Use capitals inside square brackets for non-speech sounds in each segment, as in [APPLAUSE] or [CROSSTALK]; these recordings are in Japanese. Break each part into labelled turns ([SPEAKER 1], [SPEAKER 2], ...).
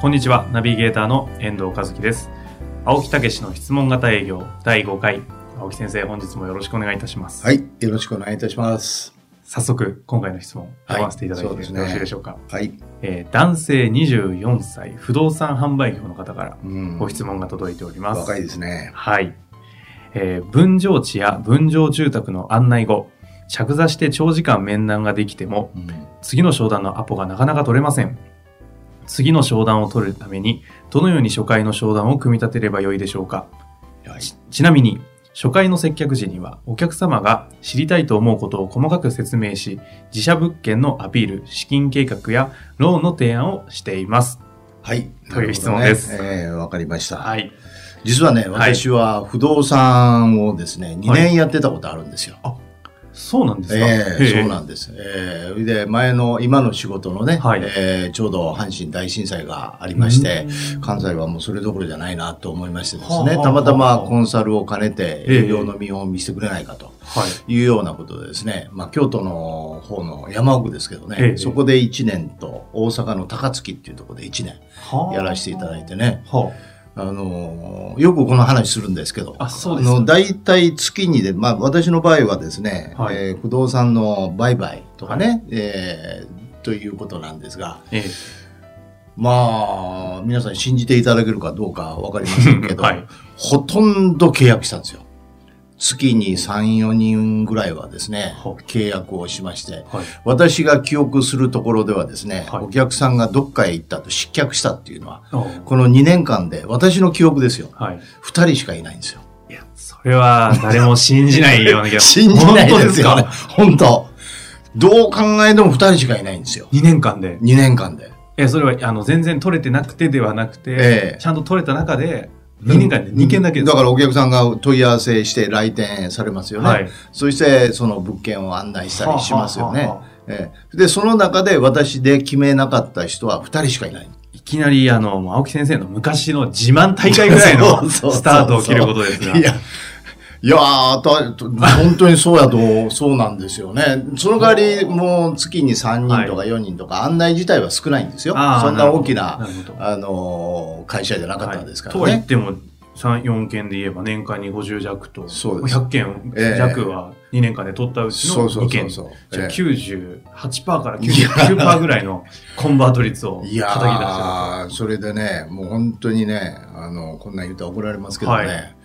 [SPEAKER 1] こんにちは、ナビゲーターの遠藤和樹です。青木武の質問型営業第5回。青木先生、本日もよろしくお願いいたします。
[SPEAKER 2] はい。よろしくお願いいたします。
[SPEAKER 1] 早速、今回の質問、
[SPEAKER 2] はい
[SPEAKER 1] 読ませていただいて
[SPEAKER 2] そ
[SPEAKER 1] よ
[SPEAKER 2] う
[SPEAKER 1] ろ
[SPEAKER 2] です
[SPEAKER 1] し
[SPEAKER 2] ね
[SPEAKER 1] いでしょうか。
[SPEAKER 2] はい。
[SPEAKER 1] えー男性24歳、不動産販売業の方から
[SPEAKER 2] うん
[SPEAKER 1] ご質問が届いております。
[SPEAKER 2] 若いですね。
[SPEAKER 1] はい。えー分譲地や分譲住宅の案内後、着座して長時間面談ができても、
[SPEAKER 2] うん
[SPEAKER 1] 次の商談のアポがなかなか取れません。次の商談を取るために、どのように初回の商談を組み立てればよいでしょうか
[SPEAKER 2] はい
[SPEAKER 1] ちちなみに、初回の接客時には、お客様が知りたいと思うことを細かく説明し、自社物件のアピール、資金計画やローンの提案をしています。
[SPEAKER 2] はい。
[SPEAKER 1] という質問です
[SPEAKER 2] なるほどねえーわかりました。
[SPEAKER 1] はい。
[SPEAKER 2] 実はね、
[SPEAKER 1] はい
[SPEAKER 2] 私は不動産をですね、2
[SPEAKER 1] は
[SPEAKER 2] 年やってたことあるんですよ。
[SPEAKER 1] そうなんですか
[SPEAKER 2] ええそうなんんです。えーで、前の、今の仕事のね、
[SPEAKER 1] はい
[SPEAKER 2] えーちょうど阪神大震災がありまして、、
[SPEAKER 1] うん
[SPEAKER 2] 関西はもうそれどころじゃないなと思いましてで
[SPEAKER 1] はあ
[SPEAKER 2] す
[SPEAKER 1] はあ
[SPEAKER 2] ね、
[SPEAKER 1] はあ
[SPEAKER 2] たまたまコンサルを兼ねて、
[SPEAKER 1] ええ
[SPEAKER 2] 営業の見本を見せてくれないかと。
[SPEAKER 1] はい。
[SPEAKER 2] いうようなことでですね、まあ、京都の方の山奥ですけどね、
[SPEAKER 1] ええ
[SPEAKER 2] そこで1年と大阪の高槻っていうところで1年
[SPEAKER 1] はあ
[SPEAKER 2] やらせていただいてね、
[SPEAKER 1] は
[SPEAKER 2] あのーよくこの話するんですけど、
[SPEAKER 1] あそうですか
[SPEAKER 2] あの大体月にで、まあ、私の場合はですね、
[SPEAKER 1] はい
[SPEAKER 2] えー不動産の売買とかね、えーということなんですが、
[SPEAKER 1] あええ
[SPEAKER 2] まあ、皆さん信じていただけるかどうかわかりませんけ
[SPEAKER 1] [LAUGHS]
[SPEAKER 2] ど、
[SPEAKER 1] はい
[SPEAKER 2] ほとんど契約したんですよ。月に3、4人ぐらいはですね
[SPEAKER 1] ほう、
[SPEAKER 2] 契約をしまして、
[SPEAKER 1] はい。
[SPEAKER 2] 私が記憶するところではですね、
[SPEAKER 1] はい
[SPEAKER 2] お客さんがどっかへ行ったと失脚したっていうのは、
[SPEAKER 1] あ
[SPEAKER 2] この2年間で私の記憶ですよ、
[SPEAKER 1] はい。
[SPEAKER 2] 2人しかいないんですよ。
[SPEAKER 1] いや、それ
[SPEAKER 2] [LAUGHS]
[SPEAKER 1] は誰も信じないような気が
[SPEAKER 2] 信じないですよ、ね
[SPEAKER 1] 本当で。
[SPEAKER 2] 本当。どう考えても2人しかいないんですよ。
[SPEAKER 1] 2年間で。
[SPEAKER 2] 2年間で。
[SPEAKER 1] え、それは、あの、全然取れてなくてではなくて、
[SPEAKER 2] ええ
[SPEAKER 1] ちゃんと取れた中で、2年間で2件だけです。
[SPEAKER 2] だからお客さんが問い合わせして来店されますよね。
[SPEAKER 1] はい
[SPEAKER 2] そしてその物件を案内したりしますよ
[SPEAKER 1] は
[SPEAKER 2] ね
[SPEAKER 1] あはあはあ。
[SPEAKER 2] ええで、その中で私で決めなかった人は2人しかいない。
[SPEAKER 1] いきなり、あの、もう青木先生の昔の自慢大会ぐらい
[SPEAKER 2] [LAUGHS] そ
[SPEAKER 1] の
[SPEAKER 2] うそうそう
[SPEAKER 1] スタートを切ることですが。
[SPEAKER 2] いや、いやーたと本当にそうやと、そうなんですよね。その代わり、もう月に3人とか4人とか案内自体は少ないんですよ。
[SPEAKER 1] あー
[SPEAKER 2] そんな大きな、
[SPEAKER 1] なるほど
[SPEAKER 2] あのー会社じゃなかったんですから
[SPEAKER 1] はいとは言
[SPEAKER 2] ね
[SPEAKER 1] っ。ても、3、4件で言えば年間に50弱と、
[SPEAKER 2] そうです
[SPEAKER 1] 100件弱は2年間で取ったうち
[SPEAKER 2] そ
[SPEAKER 1] の
[SPEAKER 2] うそ
[SPEAKER 1] 2
[SPEAKER 2] うそ
[SPEAKER 1] 件。
[SPEAKER 2] う
[SPEAKER 1] じ
[SPEAKER 2] そう
[SPEAKER 1] ゃあ
[SPEAKER 2] ええ
[SPEAKER 1] 98%から99%ぐらいのコンバート率を叩き出
[SPEAKER 2] い
[SPEAKER 1] し
[SPEAKER 2] や
[SPEAKER 1] てると。
[SPEAKER 2] ーそれでね、もう本当にね、あの、こんなん言うと怒られますけどね、
[SPEAKER 1] はい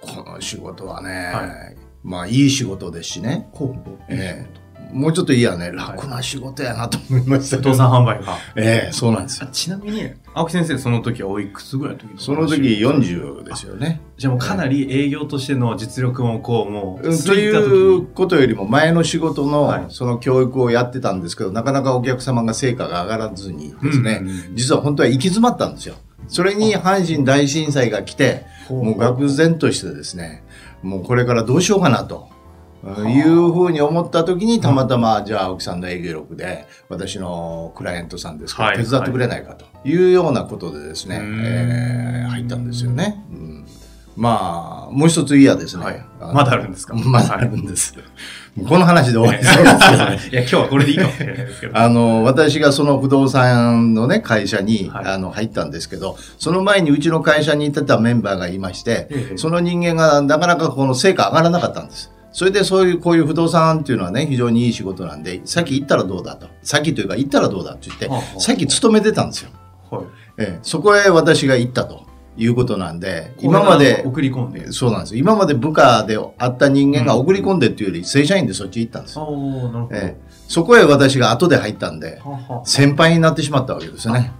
[SPEAKER 2] この仕事はね、
[SPEAKER 1] はい
[SPEAKER 2] まあいい仕事ですしね、
[SPEAKER 1] ほうほう
[SPEAKER 2] ええもうちょっといいやね、楽な仕事やなと思いました
[SPEAKER 1] 不
[SPEAKER 2] け
[SPEAKER 1] 動
[SPEAKER 2] ど、
[SPEAKER 1] 産販売が。
[SPEAKER 2] ええそうなんです
[SPEAKER 1] あ
[SPEAKER 2] よ。
[SPEAKER 1] ちなみに、青木先生、その時はおいくつぐらいの時
[SPEAKER 2] その時、40ですよね。
[SPEAKER 1] じゃあもうかなり営業としての実力もこう、もう、
[SPEAKER 2] うんと
[SPEAKER 1] 続い
[SPEAKER 2] い
[SPEAKER 1] た時
[SPEAKER 2] う
[SPEAKER 1] に
[SPEAKER 2] ことよりも前の仕事
[SPEAKER 1] はい
[SPEAKER 2] のその教育をやってたんですけど、なかなかお客様が成果が上がらずにですね、
[SPEAKER 1] うんうんうん
[SPEAKER 2] 実は本当は行き詰まったんですよ。それに阪神大震災が来て、
[SPEAKER 1] ほう
[SPEAKER 2] もう愕然としてですね、もうこれからどうしようかなと。いうふうに思った時にたまたまじゃあ青木さんの営業力で私のクライアントさんですか
[SPEAKER 1] は
[SPEAKER 2] ら
[SPEAKER 1] い
[SPEAKER 2] 手伝ってくれないかというようなことでですね、
[SPEAKER 1] うーん
[SPEAKER 2] えー入ったんですよね、うんまあもう一ついいやですね、
[SPEAKER 1] はい
[SPEAKER 2] の
[SPEAKER 1] まだあるんですか
[SPEAKER 2] [LAUGHS] まだあるんです。もうこの話で終わりそうですけどね。
[SPEAKER 1] いや、今日はこれでいいかもしれない
[SPEAKER 2] [LAUGHS]
[SPEAKER 1] ですけど。
[SPEAKER 2] あの、私がその不動産のね、会社に、
[SPEAKER 1] はい
[SPEAKER 2] あの、入ったんですけど、その前にうちの会社にいてたメンバーがいまして、
[SPEAKER 1] ええ
[SPEAKER 2] その人間がなかなかこの成果上がらなかったんです。それでそういう、こういう不動産っていうのはね、非常にいい仕事なんで、先行ったらどうだと。先というか行ったらどうだって言って
[SPEAKER 1] はあは、あ
[SPEAKER 2] さっき勤めてたんですよ。
[SPEAKER 1] はい
[SPEAKER 2] ええ、そこへ私が行ったということなんで、今
[SPEAKER 1] 今
[SPEAKER 2] ま
[SPEAKER 1] まで
[SPEAKER 2] で、
[SPEAKER 1] 送り込んで。
[SPEAKER 2] そうなんですよ今まで部下で会った人間が送り込んでっていうより正社員でそっち行ったんです
[SPEAKER 1] あ
[SPEAKER 2] よ、
[SPEAKER 1] ーなるほど。
[SPEAKER 2] ええそこへ私が後で入ったんで
[SPEAKER 1] はあはあ
[SPEAKER 2] 先輩になってしまったわけですね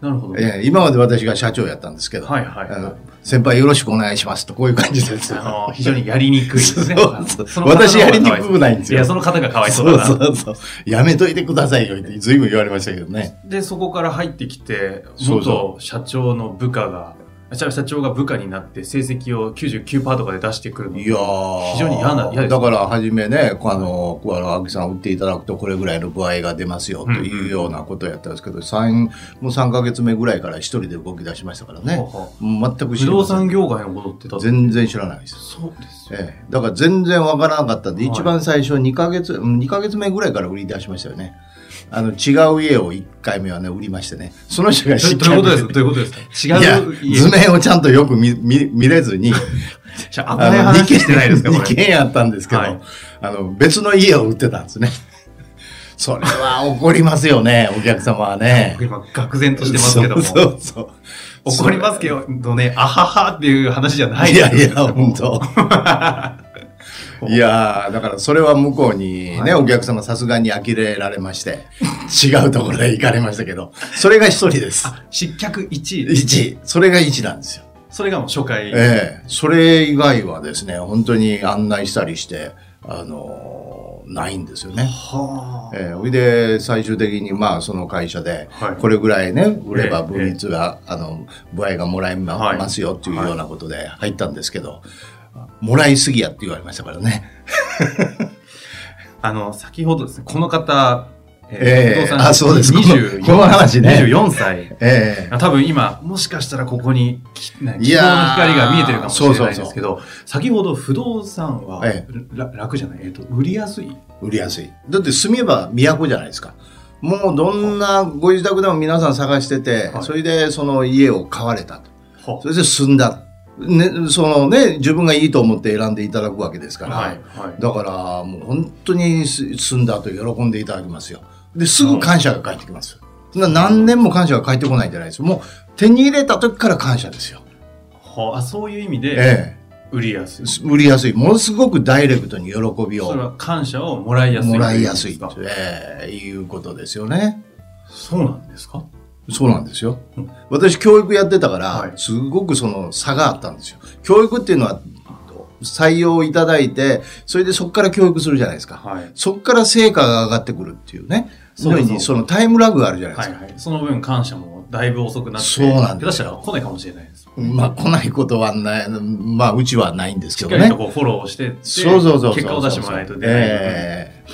[SPEAKER 1] なるほど。
[SPEAKER 2] えー今まで私が社長やったんですけど、
[SPEAKER 1] はいはい
[SPEAKER 2] あ
[SPEAKER 1] はい
[SPEAKER 2] の。先輩よろしくお願いしますとこういう感じです。
[SPEAKER 1] あ
[SPEAKER 2] [LAUGHS]
[SPEAKER 1] の非常にやりにくいですね。
[SPEAKER 2] そうそう
[SPEAKER 1] その方の方が
[SPEAKER 2] 私やりにくくないんですよ
[SPEAKER 1] いや、その方がかわいそ
[SPEAKER 2] そう
[SPEAKER 1] だ
[SPEAKER 2] う
[SPEAKER 1] な。
[SPEAKER 2] そうそう。やめといてくださいよって随分言われましたけどね。
[SPEAKER 1] で、そこから入ってきて、
[SPEAKER 2] そうそ
[SPEAKER 1] 元社長の部下が、あ社社長が部下になって成績を99%とかで出してくるの
[SPEAKER 2] いやー
[SPEAKER 1] 非常に嫌な嫌です
[SPEAKER 2] だから、初めね、あの、桑原明さん売っていただくと、これぐらいの具合が出ますよというようなことをやったんですけど、三もう3ヶ月目ぐらいから一人で動き出しましたから
[SPEAKER 1] ほう
[SPEAKER 2] ね。
[SPEAKER 1] ほ
[SPEAKER 2] もう全
[SPEAKER 1] う
[SPEAKER 2] く
[SPEAKER 1] 不
[SPEAKER 2] 知り
[SPEAKER 1] 動
[SPEAKER 2] ません
[SPEAKER 1] 産業界のことってだって
[SPEAKER 2] 全然知らないです。
[SPEAKER 1] そうですよ。
[SPEAKER 2] ええ、だから全然わからなかったんで、
[SPEAKER 1] はい
[SPEAKER 2] 一番最初2ヶ月、うん2ヶ月目ぐらいから売り出しましたよね。あの、違う家を1回目はね、売りましてね。その人が
[SPEAKER 1] どどういうことですどういうことですか
[SPEAKER 2] いや
[SPEAKER 1] 違う、
[SPEAKER 2] 図面をちゃんとよく見見見れずに、
[SPEAKER 1] じゃあ、危ない話してないですか、こ
[SPEAKER 2] 2
[SPEAKER 1] れ。
[SPEAKER 2] 件あったんですけど、
[SPEAKER 1] はい
[SPEAKER 2] あの別の家を売ってたんですね。それは怒りますよね、お客様は
[SPEAKER 1] [LAUGHS]
[SPEAKER 2] ね。
[SPEAKER 1] 今、愕然としてますけども。
[SPEAKER 2] そうそうそう
[SPEAKER 1] 怒りますけどね、あははっていう話じゃない
[SPEAKER 2] いやいや、本
[SPEAKER 1] 本当
[SPEAKER 2] 当。 [LAUGHS] いやーだからそれは向こうにね、
[SPEAKER 1] はい
[SPEAKER 2] お客様さすがに呆れられまして、 [LAUGHS] 違うところへ行かれましたけど、それが一人です。
[SPEAKER 1] 失脚1位。
[SPEAKER 2] 1、それが1なんですよ。
[SPEAKER 1] それがもう初回。
[SPEAKER 2] ええそれ以外はですね、本当に案内したりして、あのーないんですよね。
[SPEAKER 1] はあ。
[SPEAKER 2] ええ、ほいで最終的にまあその会社で
[SPEAKER 1] はい
[SPEAKER 2] これぐらいね売れば
[SPEAKER 1] ええ
[SPEAKER 2] 分率が、あの部合がもらえま
[SPEAKER 1] はい
[SPEAKER 2] ますよっていうようなことで入ったんですけど、もらいすぎやって言われましたからね。
[SPEAKER 1] あの、先ほどですね、この方、
[SPEAKER 2] ええあそうです
[SPEAKER 1] 24
[SPEAKER 2] このこの話ね
[SPEAKER 1] 24歳。
[SPEAKER 2] ええ
[SPEAKER 1] あ多分今、もしかしたらここに、きね
[SPEAKER 2] い
[SPEAKER 1] 希
[SPEAKER 2] や
[SPEAKER 1] 望
[SPEAKER 2] ー
[SPEAKER 1] の光が見えてるかもしれないんですけど、先ほど不動産は、
[SPEAKER 2] え
[SPEAKER 1] ら楽じゃない、えっと、売りやすい。
[SPEAKER 2] 売りやすい。だって住めば都じゃないですか。もうどんなご自宅でも皆さん探してて、
[SPEAKER 1] はい
[SPEAKER 2] それでその家を買われたと。
[SPEAKER 1] は
[SPEAKER 2] それで住んだ。ね、そのね、自分がいいと思って選んでいただくわけですから、
[SPEAKER 1] はい。はい
[SPEAKER 2] だからもう本当にす住んだと喜んでいただきますよですぐ感謝が返ってきますそんな何年も感謝が返ってこないんじゃないですもう手に入れた時から感謝ですよ、
[SPEAKER 1] はあ、そういう意味で
[SPEAKER 2] え
[SPEAKER 1] 売りやすい。
[SPEAKER 2] え、売りやすいものすごくダイレクトに喜び
[SPEAKER 1] それ
[SPEAKER 2] を
[SPEAKER 1] は感謝をもらいやすい。
[SPEAKER 2] もらいやすい
[SPEAKER 1] とうことですか
[SPEAKER 2] ええいうことですよね
[SPEAKER 1] そうなんですか
[SPEAKER 2] そうなんですよ
[SPEAKER 1] うん
[SPEAKER 2] 私教育やってたから、
[SPEAKER 1] はい
[SPEAKER 2] すごくその差があったんですよ教育っていうのは採用いただいてそれでそこから教育するじゃないですか、
[SPEAKER 1] はい。
[SPEAKER 2] そこから成果が上がってくるっていうね。
[SPEAKER 1] そうそう
[SPEAKER 2] のにそのタイムラグがあるじゃないで
[SPEAKER 1] は
[SPEAKER 2] す
[SPEAKER 1] い
[SPEAKER 2] か。
[SPEAKER 1] はい。その分感謝もだいぶ遅くなって、
[SPEAKER 2] そうなんですよ
[SPEAKER 1] 下手したら来ないかもしれないです。
[SPEAKER 2] まあ来ないことはない、まあうちはないんです
[SPEAKER 1] し
[SPEAKER 2] け
[SPEAKER 1] っ
[SPEAKER 2] ど
[SPEAKER 1] かり
[SPEAKER 2] ね
[SPEAKER 1] と。こうフォローしてって、
[SPEAKER 2] そうそうそうそう。
[SPEAKER 1] 結果を出してもらわないと出ない部分、
[SPEAKER 2] ええ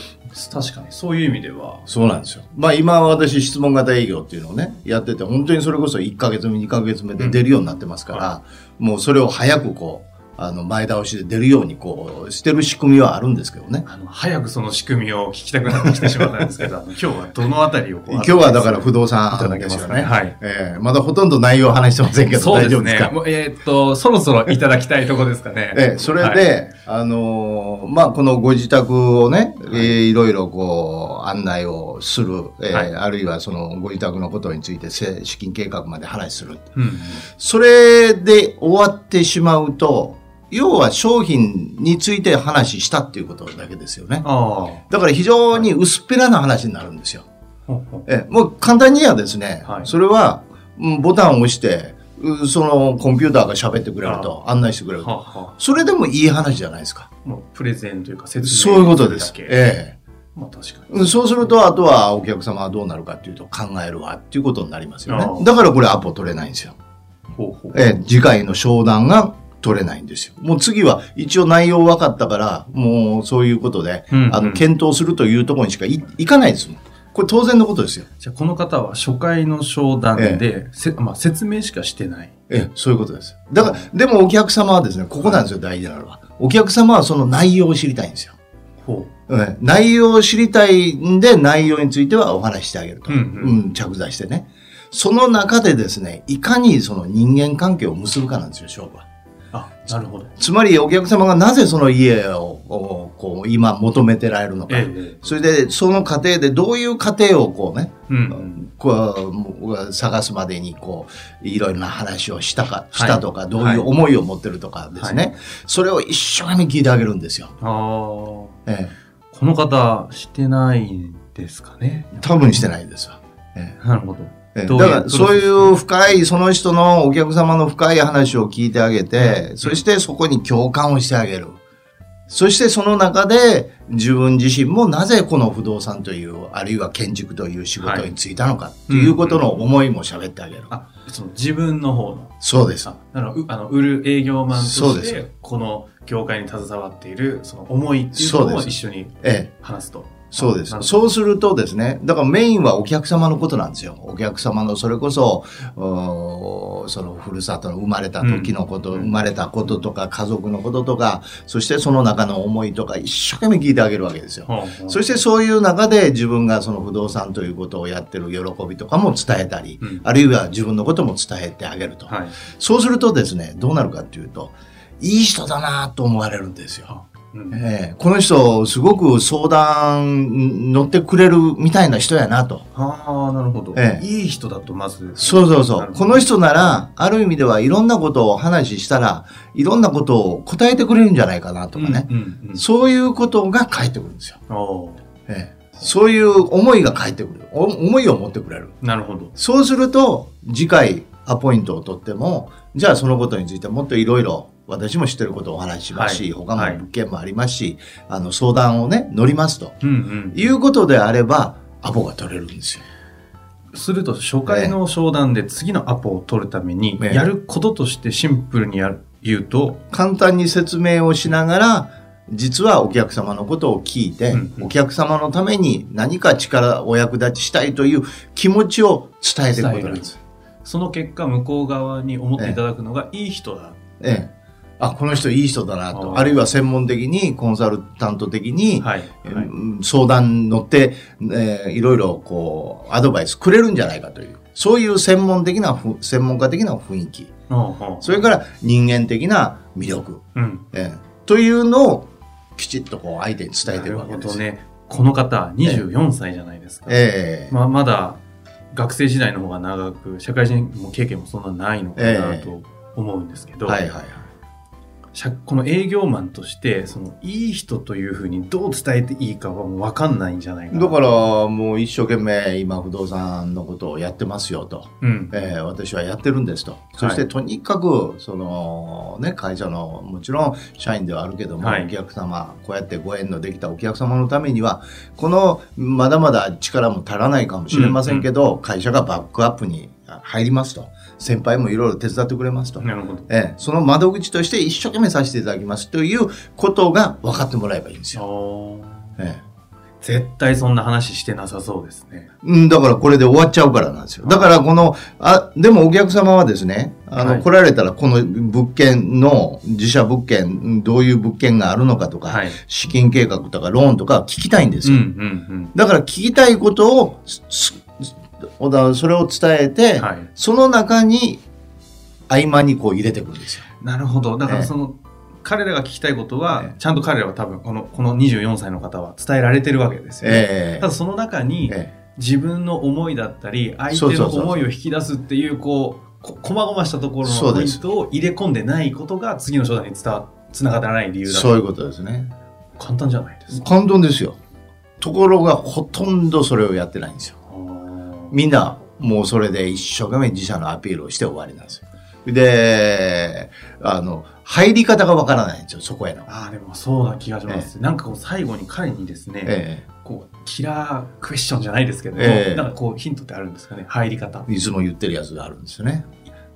[SPEAKER 1] 確かに、そういう意味では、
[SPEAKER 2] そうなんですよ。まあ今は私質問型営業っていうのをね、やってて、本当にそれこそ1ヶ月目、2ヶ月目で出るようになってますから、もうそれを早くこう、あの前倒しで出るようにこう、してる仕組みはあるんですけどね。
[SPEAKER 1] あの、早くその仕組みを聞きたくなってきてしまったんですけ
[SPEAKER 2] [LAUGHS]
[SPEAKER 1] ど、あの今日はどのあたりをこう
[SPEAKER 2] 今日はだから不動
[SPEAKER 1] い
[SPEAKER 2] 産
[SPEAKER 1] ただけ
[SPEAKER 2] で
[SPEAKER 1] ますす
[SPEAKER 2] よ
[SPEAKER 1] かね。
[SPEAKER 2] ね。
[SPEAKER 1] はい。
[SPEAKER 2] ええまだほとんど内容話してませんけど、
[SPEAKER 1] そうで
[SPEAKER 2] 大丈
[SPEAKER 1] す
[SPEAKER 2] 夫です
[SPEAKER 1] ね
[SPEAKER 2] か。。。
[SPEAKER 1] もうえーっと、そろそろいただきたいとこですかね
[SPEAKER 2] ええそれで、あのーまあ、このご自宅をね、ええいろいろこう案内をする、ええ
[SPEAKER 1] はい
[SPEAKER 2] あるいはそのご自宅のことについてせ資金計画まで話する
[SPEAKER 1] うんうん
[SPEAKER 2] それで終わってしまうと要は商品について話したっていうことだけですよね
[SPEAKER 1] ああ。
[SPEAKER 2] だから非常に薄っぺらな話になるんですよ、
[SPEAKER 1] ほうほう
[SPEAKER 2] ええもう簡単にはですね、
[SPEAKER 1] はい
[SPEAKER 2] それはうんボタンを押してうそのコンピューターが喋ってくれると案内してくれる
[SPEAKER 1] は
[SPEAKER 2] と
[SPEAKER 1] あは
[SPEAKER 2] それでもいい話じゃないですか
[SPEAKER 1] あもうプレゼンというか説明
[SPEAKER 2] そういうことです
[SPEAKER 1] る。だけ
[SPEAKER 2] え
[SPEAKER 1] まあ確かに。
[SPEAKER 2] え、そうすると、あとはお客様はどうなるかっていうと考えるわっていうことになりますよ
[SPEAKER 1] ああ
[SPEAKER 2] ね。だからこれアポ取れないんですよ。
[SPEAKER 1] ほうほう
[SPEAKER 2] ええ、次回の商談が取れないんですよ。もう次は一応内容分かったから、もうそういうことで、
[SPEAKER 1] うんうん
[SPEAKER 2] あの検討するというところにしかいいかないですもん。これ当然のことですよ。
[SPEAKER 1] じゃあこの方は初回の商談で、せまあ、説明しかしてない。
[SPEAKER 2] ええ、そういうことです。だから、でもお客様はですね、ここなんですよ、大事なのは。お客様はその内容を知りたいんですよ。
[SPEAKER 1] ほ
[SPEAKER 2] ええ内容を知りたいんで、内容についてはお話ししてあげると。
[SPEAKER 1] うんうん
[SPEAKER 2] うん、着座してね。その中でですね、いかにその人間関係を結ぶかなんですよ、勝負は。
[SPEAKER 1] あ、なるほど。
[SPEAKER 2] つまりお客様がなぜその家をおこう今求めてられるのか。
[SPEAKER 1] ええ。
[SPEAKER 2] それで、その過程でどういう過程をこうね、
[SPEAKER 1] うん。
[SPEAKER 2] こうもう探すまでにこう、いろいろな話をしたか、
[SPEAKER 1] はい
[SPEAKER 2] したとか、どう
[SPEAKER 1] はい
[SPEAKER 2] いう思いを持ってるとかです
[SPEAKER 1] は
[SPEAKER 2] ね。それを一生懸命聞いてあげるんですよ。
[SPEAKER 1] ああ。こ
[SPEAKER 2] え
[SPEAKER 1] の方、してないんですかね。
[SPEAKER 2] え、多分してないですわ。ええ
[SPEAKER 1] なるほど。
[SPEAKER 2] えええ
[SPEAKER 1] ど
[SPEAKER 2] だ
[SPEAKER 1] ういう
[SPEAKER 2] からそういう深い、その人のお客様の深い話を聞いてあげて、そしてそこに共感をしてあげる。そしてその中で自分自身もなぜこの不動産という、あるいは建築という仕事に就いたのかっていうことの思いも喋ってあげる。
[SPEAKER 1] あその自分の方の
[SPEAKER 2] そうです。
[SPEAKER 1] あなるほどうあの売る営業マンと
[SPEAKER 2] そう
[SPEAKER 1] し
[SPEAKER 2] で
[SPEAKER 1] て
[SPEAKER 2] す
[SPEAKER 1] この業界に携わっているその思いっていうの
[SPEAKER 2] そう
[SPEAKER 1] を
[SPEAKER 2] です
[SPEAKER 1] 一緒に
[SPEAKER 2] ええ。
[SPEAKER 1] 話すと
[SPEAKER 2] そうで
[SPEAKER 1] な
[SPEAKER 2] す
[SPEAKER 1] る。ほど
[SPEAKER 2] そうするとですね、だからメインはお客様のことなんですよ。お客様のそれこそ、うーそのふるさとの生まれた時のこと、
[SPEAKER 1] うん
[SPEAKER 2] 生まれたこととか、家族のこととか、そしてその中の思いとか、一生懸命聞いてあげるわけですよ。
[SPEAKER 1] ほうほう
[SPEAKER 2] そしてそういう中で自分がその不動産ということをやってる喜びとかも伝えたり、
[SPEAKER 1] うん
[SPEAKER 2] あるいは自分のことも伝えてあげると。
[SPEAKER 1] はい
[SPEAKER 2] そうするとですね、どうなるかっていうと、いい人だなと思われるんですよ。
[SPEAKER 1] うん
[SPEAKER 2] ええこの人、すごく相談乗ってくれるみたいな人やなと。
[SPEAKER 1] ああなるほど、
[SPEAKER 2] ええ
[SPEAKER 1] いい人だとまず
[SPEAKER 2] そうそうそ
[SPEAKER 1] なる
[SPEAKER 2] う。
[SPEAKER 1] ほ
[SPEAKER 2] こ
[SPEAKER 1] ど
[SPEAKER 2] の人なら、ある意味ではいろんなことをお話ししたら、いろんなことを答えてくれるんじゃないかなとかね。
[SPEAKER 1] うんうんうん
[SPEAKER 2] そういうことが返ってくるんですよ。
[SPEAKER 1] おー
[SPEAKER 2] ええそういう思いが返ってくる。お思いを持ってくれる。
[SPEAKER 1] なるほど
[SPEAKER 2] そうすると、次回アポイントを取っても、じゃあそのことについてもっといろいろ私も知ってることをお話ししますし、
[SPEAKER 1] はい
[SPEAKER 2] 他
[SPEAKER 1] はい
[SPEAKER 2] の物件もありますし、あの相談をね、乗りますと。
[SPEAKER 1] うんうん
[SPEAKER 2] いうことであれば、アポが取れるんですよ。
[SPEAKER 1] すると初回の商談で次のアポを取るために
[SPEAKER 2] ええ
[SPEAKER 1] やることとしてシンプルにやる言うと、
[SPEAKER 2] 簡単に説明をしながら、実はお客様のことを聞いて、
[SPEAKER 1] うんうん
[SPEAKER 2] お客様のために何か力、お役立ちしたいという気持ちを伝えていくことなんです。
[SPEAKER 1] その結果向こう側に思っていただくのがいい人だ、
[SPEAKER 2] ええ。あ、この人いい人だなと。
[SPEAKER 1] あー
[SPEAKER 2] あるいは専門的に、コンサルタント的に、
[SPEAKER 1] はい、はい
[SPEAKER 2] うん相談に乗って、えーいろいろこう、アドバイスくれるんじゃないかという。そういう専門的なふ、専門家的な雰囲気。
[SPEAKER 1] ほうほ
[SPEAKER 2] それから人間的な魅力。
[SPEAKER 1] ううん
[SPEAKER 2] ええというのをきちっとこう相手に伝え
[SPEAKER 1] な
[SPEAKER 2] てい
[SPEAKER 1] る
[SPEAKER 2] くわけ
[SPEAKER 1] ほ
[SPEAKER 2] で
[SPEAKER 1] ど
[SPEAKER 2] す。
[SPEAKER 1] ねこの方24歳じゃないですか、
[SPEAKER 2] ええ
[SPEAKER 1] まあ、まだ学生時代の方が長く社会人も経験もそんなないのかな
[SPEAKER 2] ええ
[SPEAKER 1] と思うんですけど、
[SPEAKER 2] はいはいはい。
[SPEAKER 1] 社この営業マンとしてそのいい人というふうにどう伝えていいかはもう分かんないんじゃないかな
[SPEAKER 2] だからもう一生懸命今不動産のことをやってますよと、
[SPEAKER 1] うん
[SPEAKER 2] ええ私はやってるんですと。そしてとにかくそのね会社のもちろん社員ではあるけども、
[SPEAKER 1] はい
[SPEAKER 2] お客様こうやってご縁のできたお客様のためにはこのまだまだ力も足らないかもしれませんけど、会社がバックアップに入りますと先輩もいろいろ手伝ってくれますと。
[SPEAKER 1] なるほど
[SPEAKER 2] ええ、その窓口として一生懸命させていただきますということが分かってもらえばいいんですよ。
[SPEAKER 1] おー
[SPEAKER 2] ええ
[SPEAKER 1] 絶対そんな話してなさそうですね。
[SPEAKER 2] うん、だからこれで終わっちゃうからなんですよ。だからこの、あ、でもお客様はですね、あの、
[SPEAKER 1] はい
[SPEAKER 2] 来られたらこの物件の、自社物件、うんどういう物件があるのかとか、
[SPEAKER 1] はい。
[SPEAKER 2] 資金計画とかローンとか聞きたいんです
[SPEAKER 1] うん
[SPEAKER 2] よ。
[SPEAKER 1] うん
[SPEAKER 2] だから聞きたいことを、すすおだそれを伝え
[SPEAKER 1] う
[SPEAKER 2] て、
[SPEAKER 1] ん。はい。
[SPEAKER 2] その中に合間にこう入れてくるんですよ。
[SPEAKER 1] なるほど。だから
[SPEAKER 2] ええ
[SPEAKER 1] その、彼らが聞きたいことは、
[SPEAKER 2] ええ
[SPEAKER 1] ちゃんと彼らは多分このこの24歳の方は伝えられてるわけですよ、ね
[SPEAKER 2] え
[SPEAKER 1] ただその中に
[SPEAKER 2] ええ
[SPEAKER 1] 自分の思いだったり
[SPEAKER 2] そ
[SPEAKER 1] 相
[SPEAKER 2] う
[SPEAKER 1] 手
[SPEAKER 2] そ
[SPEAKER 1] の
[SPEAKER 2] うそう
[SPEAKER 1] 思いを引き出すっていうこうここまごましたところ
[SPEAKER 2] そ
[SPEAKER 1] の
[SPEAKER 2] う
[SPEAKER 1] ポイ
[SPEAKER 2] で
[SPEAKER 1] ン
[SPEAKER 2] す
[SPEAKER 1] トを入れ込んでないことが次の商談に伝わつながらない理
[SPEAKER 2] え
[SPEAKER 1] 由だ
[SPEAKER 2] そう
[SPEAKER 1] と
[SPEAKER 2] いうことですね。
[SPEAKER 1] 簡単じゃないですか。
[SPEAKER 2] 簡単ですよところがほとんどそれをやってないんですよ
[SPEAKER 1] あー
[SPEAKER 2] みんなもうそれで一生懸命自社のアピールをして終わりなんですよであの入り方がわからないんですよそこへの、
[SPEAKER 1] あーでもそうな気がします、なんかこう最後に彼にですね、
[SPEAKER 2] え
[SPEAKER 1] こうキラークエスチョンじゃないですけども、
[SPEAKER 2] ええ
[SPEAKER 1] なんかこうヒントってあるんですかね入り方
[SPEAKER 2] えいつも言ってるやつがあるんですよね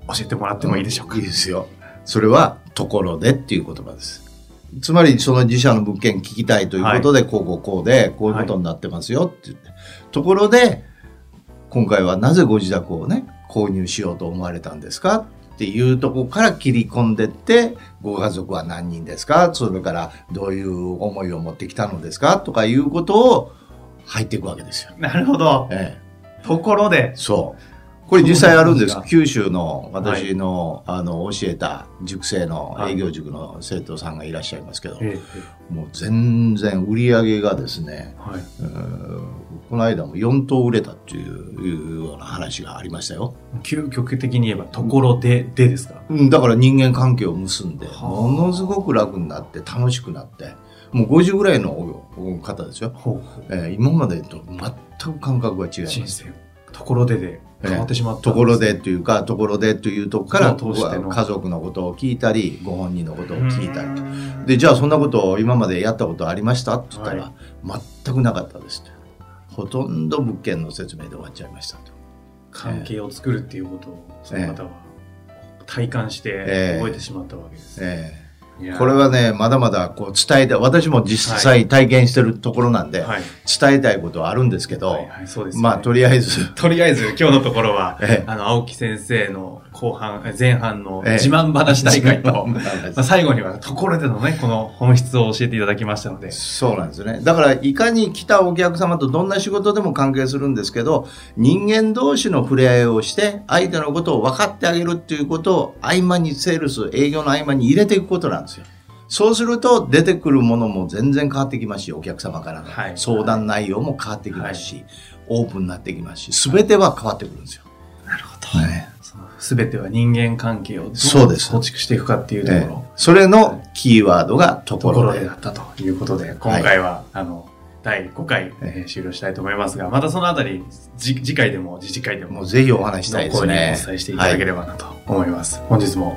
[SPEAKER 1] 教えてもらってもいいでしょうか、
[SPEAKER 2] いいですよそれは「ところで」っていう言葉ですつまりその自社の物件聞きたいということで、こうこうこうでこういうことになってますよって言って、ところで今回はなぜご自宅をね購入しようと思われたんですかっていうところから切り込んでってご家族は何人ですかそれからどういう思いを持ってきたのですかとかいうことを入っていくわけですよ。
[SPEAKER 1] なるほど
[SPEAKER 2] ええ
[SPEAKER 1] ところで
[SPEAKER 2] そう。これ実際あるんです
[SPEAKER 1] そうなんですか
[SPEAKER 2] 九州の私の,、あの教えた塾生の
[SPEAKER 1] はい
[SPEAKER 2] 営業塾の生徒さんがいらっしゃいますけど、
[SPEAKER 1] え
[SPEAKER 2] もう全然売り上げがですね、
[SPEAKER 1] はい、
[SPEAKER 2] うーんこの間も4棟売れたっていういうような話がありましたよ。
[SPEAKER 1] 究極的に言えばところででですか
[SPEAKER 2] うんだから人間関係を結んで、
[SPEAKER 1] はあ
[SPEAKER 2] ものすごく楽になって楽しくなって、もう50ぐらいのおお方ですよ。
[SPEAKER 1] ほうほう
[SPEAKER 2] えー今までと全く感覚が違います
[SPEAKER 1] 人。生ところでで変わってしまった
[SPEAKER 2] ところでというかところでというとこから
[SPEAKER 1] どう通しての
[SPEAKER 2] 家族のことを聞いたりご本人のことを聞いたりと
[SPEAKER 1] り
[SPEAKER 2] でじゃあそんなことを今までやったことありましたって言ったら、
[SPEAKER 1] は
[SPEAKER 2] 全くなかったですってほとんど物件の説明で終わっちゃいましたと、
[SPEAKER 1] 関係を作るっていうことをその方は体感して
[SPEAKER 2] ええ
[SPEAKER 1] 覚えてしまったわけです、
[SPEAKER 2] ええ
[SPEAKER 1] いやー
[SPEAKER 2] これはねまだまだこう伝えたい私も実際体験してるところなんで、
[SPEAKER 1] はい
[SPEAKER 2] 伝えたいことはあるんですけど、
[SPEAKER 1] はいはいそうですよね
[SPEAKER 2] まあとりあえず
[SPEAKER 1] [LAUGHS] とりあえず今日のところは [LAUGHS]
[SPEAKER 2] ええ
[SPEAKER 1] あの青木先生の後半え前半の
[SPEAKER 2] ええ
[SPEAKER 1] 自慢話大会と、まあ、
[SPEAKER 2] 話
[SPEAKER 1] 最後にはところでのねこの本質を教えていただきましたので
[SPEAKER 2] そうなんですねだからいかに来たお客様とどんな仕事でも関係するんですけど人間同士の触れ合いをして相手のことを分かってあげるっていうことを合間にセールス営業の合間に入れていくことなんですよそうすると出てくるものも全然変わってきますしお客様からの
[SPEAKER 1] はい
[SPEAKER 2] 相談内容も変わってきますし、オープンになってきますし全ては変わってくるんですよ。
[SPEAKER 1] なるほど
[SPEAKER 2] はい
[SPEAKER 1] その全ては人間関係をどう
[SPEAKER 2] そうです
[SPEAKER 1] 構築していくかっていうと
[SPEAKER 2] ええ
[SPEAKER 1] ころ、
[SPEAKER 2] それのキーワードがと
[SPEAKER 1] と
[SPEAKER 2] こ
[SPEAKER 1] こ
[SPEAKER 2] ろ
[SPEAKER 1] ろで
[SPEAKER 2] で
[SPEAKER 1] だ。ったということで、今回は、あの、第5回、えー終了したいと思いますが、またそのあたり、じ次回でも、次次回でも、
[SPEAKER 2] もうぜひお話ししたいですね
[SPEAKER 1] の声にお伝えしていただければなと思います。本日も